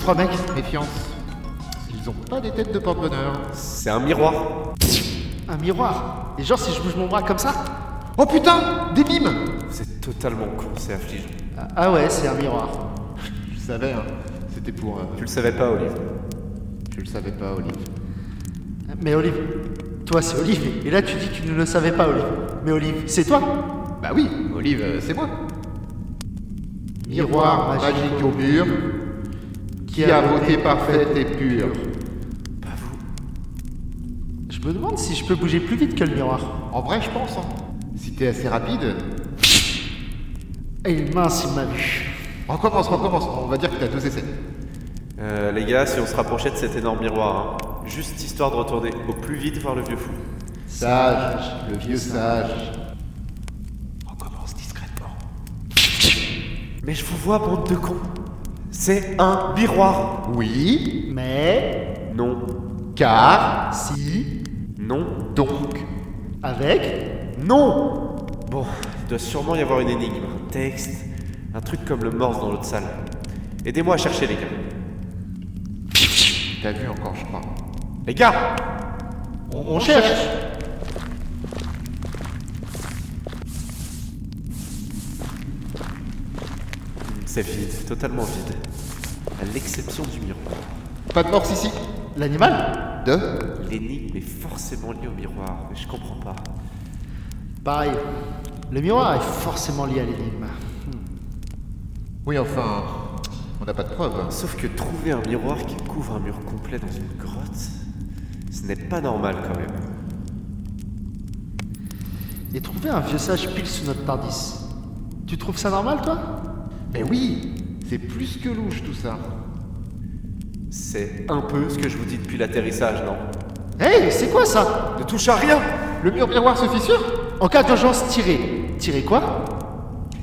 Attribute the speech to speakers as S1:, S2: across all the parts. S1: trois mecs, méfiance. Ils ont pas des têtes de porte-bonheur.
S2: C'est un miroir.
S1: Un miroir Et genre, si je bouge mon bras comme ça Oh putain Des mimes
S2: C'est totalement con, c'est affligeant.
S1: Ah- Ah ouais, c'est un miroir. Je savais, hein. C'était pour. euh,
S2: Tu le savais pas, Olive
S1: Tu le savais pas, Olive. Mais Olive, toi c'est Olive, et là tu dis que tu ne le savais pas, Olive. Mais Olive, c'est toi Bah oui, Olive, euh, c'est moi. Miroir magique au mur, qui a beauté parfaite et pure. Je me demande si je peux bouger plus vite que le miroir. En vrai, je pense. Hein. Si t'es assez rapide. Et Eh, mince, il m'a vu. Recommence, recommence. On va dire que t'as deux essais.
S2: Euh, les gars, si on se rapprochait de cet énorme miroir, hein, juste histoire de retourner au plus vite voir le vieux fou.
S1: Sage, le vieux sage.
S2: On commence discrètement. Mais je vous vois, bande de cons. C'est un miroir.
S1: Oui, mais
S2: Non.
S1: car si
S2: Non.
S1: donc avec
S2: Non Bon, il doit sûrement y avoir une énigme, un texte, un truc comme le morse dans l'autre salle. Aidez-moi à chercher, les gars.
S1: t'as vu encore je crois.
S2: Les gars
S1: On, on cherche.
S2: C'est vide, totalement vide. À l'exception du miroir.
S1: Pas de morse ici. L'animal De
S2: L'énigme est forcément liée au miroir, mais je comprends pas.
S1: Pareil. Le miroir est forcément lié à l'énigme. Oui enfin, on n'a pas de preuves.
S2: Sauf que trouver un miroir qui couvre un mur complet dans une grotte, ce n'est pas normal quand même.
S1: Et trouver un vieux sage pile sous notre tardis. Tu trouves ça normal toi Mais oui, c'est plus que louche tout ça.
S2: C'est un peu ce que je vous dis depuis l'atterrissage, non
S1: Hey, c'est quoi ça
S2: Ne touche à rien
S1: Le mur miroir se fissure En cas d'urgence, tirez. Tirez quoi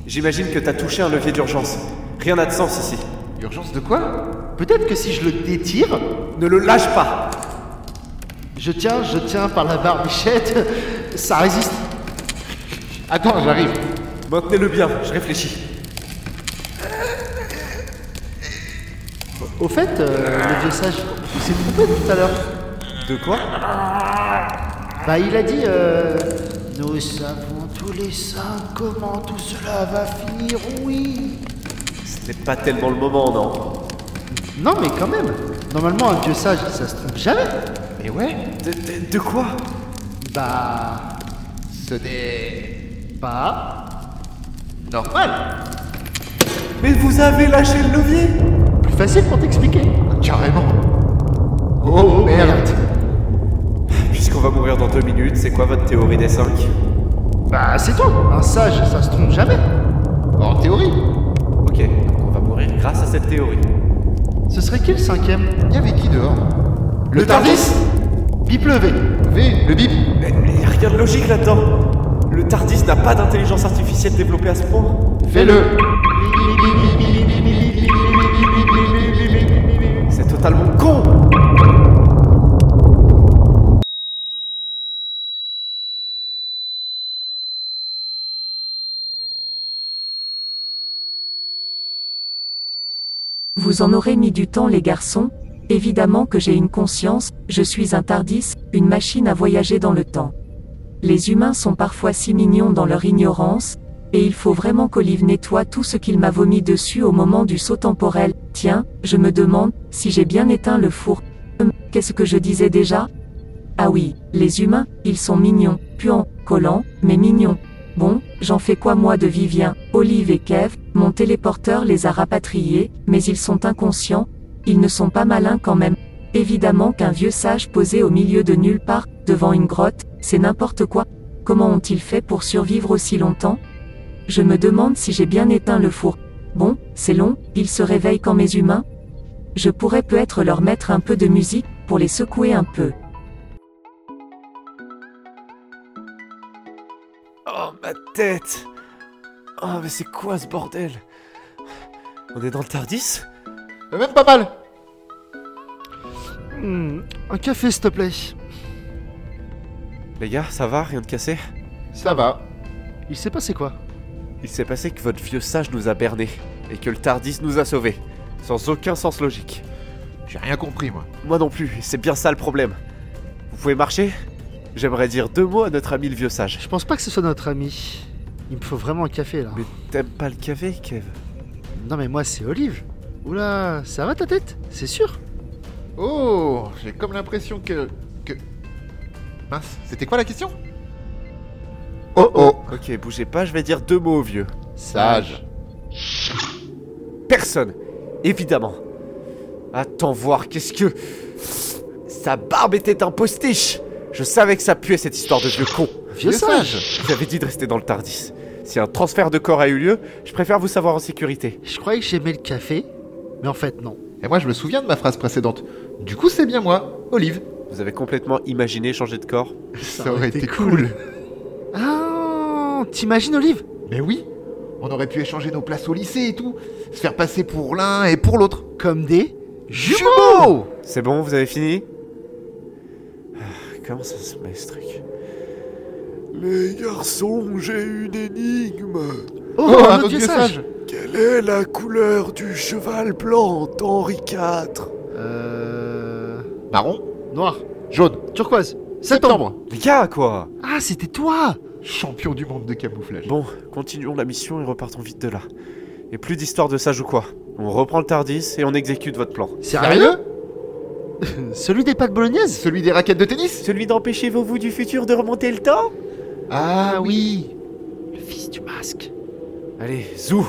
S2: J'imagine que t'as touché un levier d'urgence. Rien n'a de sens ici.
S1: Urgence de quoi Peut-être que si je le détire,
S2: Ne le lâche pas
S1: je tiens, je tiens par la barbichette, ça résiste. Attends, j'arrive.
S2: Maintenez-le bien, je réfléchis.
S1: Au fait, euh, le vieux sage, il s'est trompé tout à l'heure.
S2: De quoi
S1: Bah, il a dit. euh, Nous savons tous les cinq comment tout cela va finir, oui.
S2: Ce n'est pas tellement le moment, non
S1: Non, mais quand même, normalement, un vieux sage, ça se trompe jamais.
S2: Mais ouais De, de- de quoi
S1: Bah. Ce n'est. pas. normal.
S2: Mais vous avez lâché le levier
S1: Plus facile pour t'expliquer. Carrément. Oh, merde.
S2: Puisqu'on va mourir dans deux minutes, c'est quoi votre théorie des cinq
S1: Bah c'est tout. Un sage, ça se trompe jamais. En théorie.
S2: Ok, donc on va mourir grâce à cette théorie.
S1: Ce serait qui le cinquième Il y avait qui dehors Le,
S2: Tardis
S1: Bip le V. V, le bip.
S2: Mais Ben, mais y a rien de logique là-dedans Le Tardis n'a pas d'intelligence artificielle développée à ce point
S1: Fais-le.
S2: C'est totalement con
S3: Vous en aurez mis du temps les garçons, évidemment que j'ai une conscience, je suis un tardis, une machine à voyager dans le temps. Les humains sont parfois si mignons dans leur ignorance, et il faut vraiment qu'Olive nettoie tout ce qu'il m'a vomi dessus au moment du saut temporel. Tiens, je me demande, si j'ai bien éteint le four. Hum, Qu'est-ce que je disais déjà Ah oui, les humains, ils sont mignons, puants, collants, mais mignons. Bon, j'en fais quoi moi de Vivien, Olive et Kev, mon téléporteur les a rapatriés, mais ils sont inconscients, ils ne sont pas malins quand même. Évidemment qu'un vieux sage posé au milieu de nulle part, devant une grotte, c'est n'importe quoi. Comment ont-ils fait pour survivre aussi longtemps Je me demande si j'ai bien éteint le four. Bon, c'est long, ils se réveillent quand mes humains Je pourrais peut-être leur mettre un peu de musique, pour les secouer un peu.
S2: Oh ma tête Oh mais c'est quoi ce bordel On est dans le Tardis
S1: Même pas mal. Hmm, un café, s'il te plaît.
S2: Les gars, ça va Rien de cassé
S1: Ça va. Il s'est passé quoi
S2: Il s'est passé que votre vieux sage nous a bernés et que le Tardis nous a sauvés, sans aucun sens logique.
S4: J'ai rien compris, moi.
S2: Moi non plus, c'est bien ça le problème. Vous pouvez marcher J'aimerais dire deux mots à notre ami le vieux sage.
S1: Je pense pas que ce soit notre ami. Il me faut vraiment un café là.
S2: Mais t'aimes pas le café, Kev
S1: Non mais moi c'est Olive. Oula, ça va ta tête C'est sûr
S4: Oh, j'ai comme l'impression que. que. Mince, c'était quoi la question Oh oh
S2: Ok, bougez pas, je vais dire deux mots au vieux.
S4: Sage
S2: Personne Évidemment Attends voir, qu'est-ce que. Sa barbe était un postiche Je savais que ça puait cette histoire de vieux con
S1: Vieux sage
S2: J'avais dit de rester dans le Tardis. Si un transfert de corps a eu lieu, je préfère vous savoir en sécurité.
S1: Je croyais que j'aimais le café, mais en fait non.
S4: Et moi, je me souviens de ma phrase précédente. Du coup, c'est bien moi, Olive.
S2: Vous avez complètement imaginé changer de corps
S4: Ça,
S1: aurait été Ah, t'imagines Olive
S4: Mais oui On aurait pu échanger nos places au lycée et tout. Se faire passer pour l'un et pour l'autre.
S1: Comme des Oh,
S4: Jumeaux
S2: C'est bon, vous avez fini Ah, Comment ça se met ce truc
S5: Les garçons, j'ai une énigme.
S1: Oh, un autre vieux sage
S5: Quelle est la couleur du cheval blanc d'Henri IV
S1: Euh...
S4: Marron
S1: Noir,
S4: Jaune
S1: turquoise, septembre
S4: Septembre
S2: Les gars, quoi
S1: Ah, c'était toi
S4: Champion du monde de camouflage.
S2: Bon, continuons la mission et repartons vite de là. Et plus d'histoire de sage ou quoi On reprend le Tardis et on exécute votre plan.
S1: Sérieux Celui des pâtes bolognaises
S4: Celui des raquettes de tennis
S2: Celui d'empêcher vos vous du futur de remonter le temps
S4: Ah oui
S1: Le fils du masque.
S2: Allez, zou